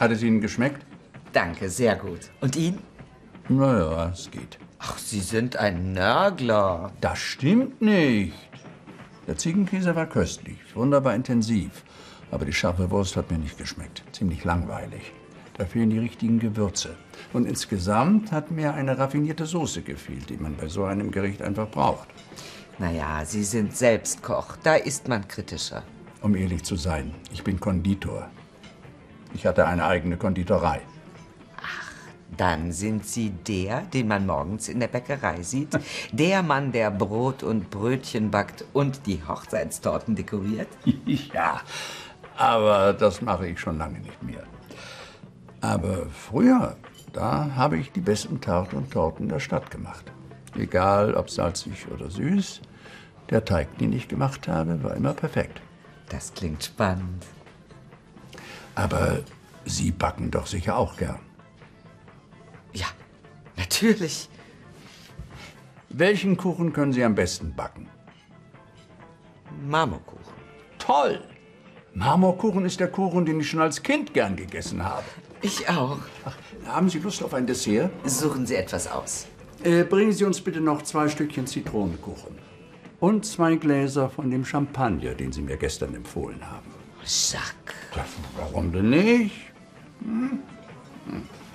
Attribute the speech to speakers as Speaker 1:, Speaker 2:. Speaker 1: Hat es Ihnen geschmeckt?
Speaker 2: Danke, sehr gut. Und Ihnen?
Speaker 1: Naja, es geht.
Speaker 2: Ach, Sie sind ein Nörgler.
Speaker 1: Das stimmt nicht. Der Ziegenkäse war köstlich, wunderbar intensiv. Aber die scharfe Wurst hat mir nicht geschmeckt. Ziemlich langweilig. Da fehlen die richtigen Gewürze. Und insgesamt hat mir eine raffinierte Soße gefehlt, die man bei so einem Gericht einfach braucht.
Speaker 2: Naja, Sie sind selbst Koch. Da ist man kritischer.
Speaker 1: Um ehrlich zu sein, ich bin Konditor. Ich hatte eine eigene Konditorei.
Speaker 2: Dann sind Sie der, den man morgens in der Bäckerei sieht. Der Mann, der Brot und Brötchen backt und die Hochzeitstorten dekoriert.
Speaker 1: ja, aber das mache ich schon lange nicht mehr. Aber früher, da habe ich die besten Tarte und Torten der Stadt gemacht. Egal, ob salzig oder süß, der Teig, den ich gemacht habe, war immer perfekt.
Speaker 2: Das klingt spannend.
Speaker 1: Aber Sie backen doch sicher auch gern.
Speaker 2: Ja, natürlich.
Speaker 1: Welchen Kuchen können Sie am besten backen?
Speaker 2: Marmorkuchen.
Speaker 1: Toll! Marmorkuchen ist der Kuchen, den ich schon als Kind gern gegessen habe.
Speaker 2: Ich auch.
Speaker 1: Haben Sie Lust auf ein Dessert?
Speaker 2: Suchen Sie etwas aus.
Speaker 1: Äh, bringen Sie uns bitte noch zwei Stückchen Zitronenkuchen. Und zwei Gläser von dem Champagner, den Sie mir gestern empfohlen haben.
Speaker 2: Jacques.
Speaker 1: Warum denn nicht? Hm? Hm.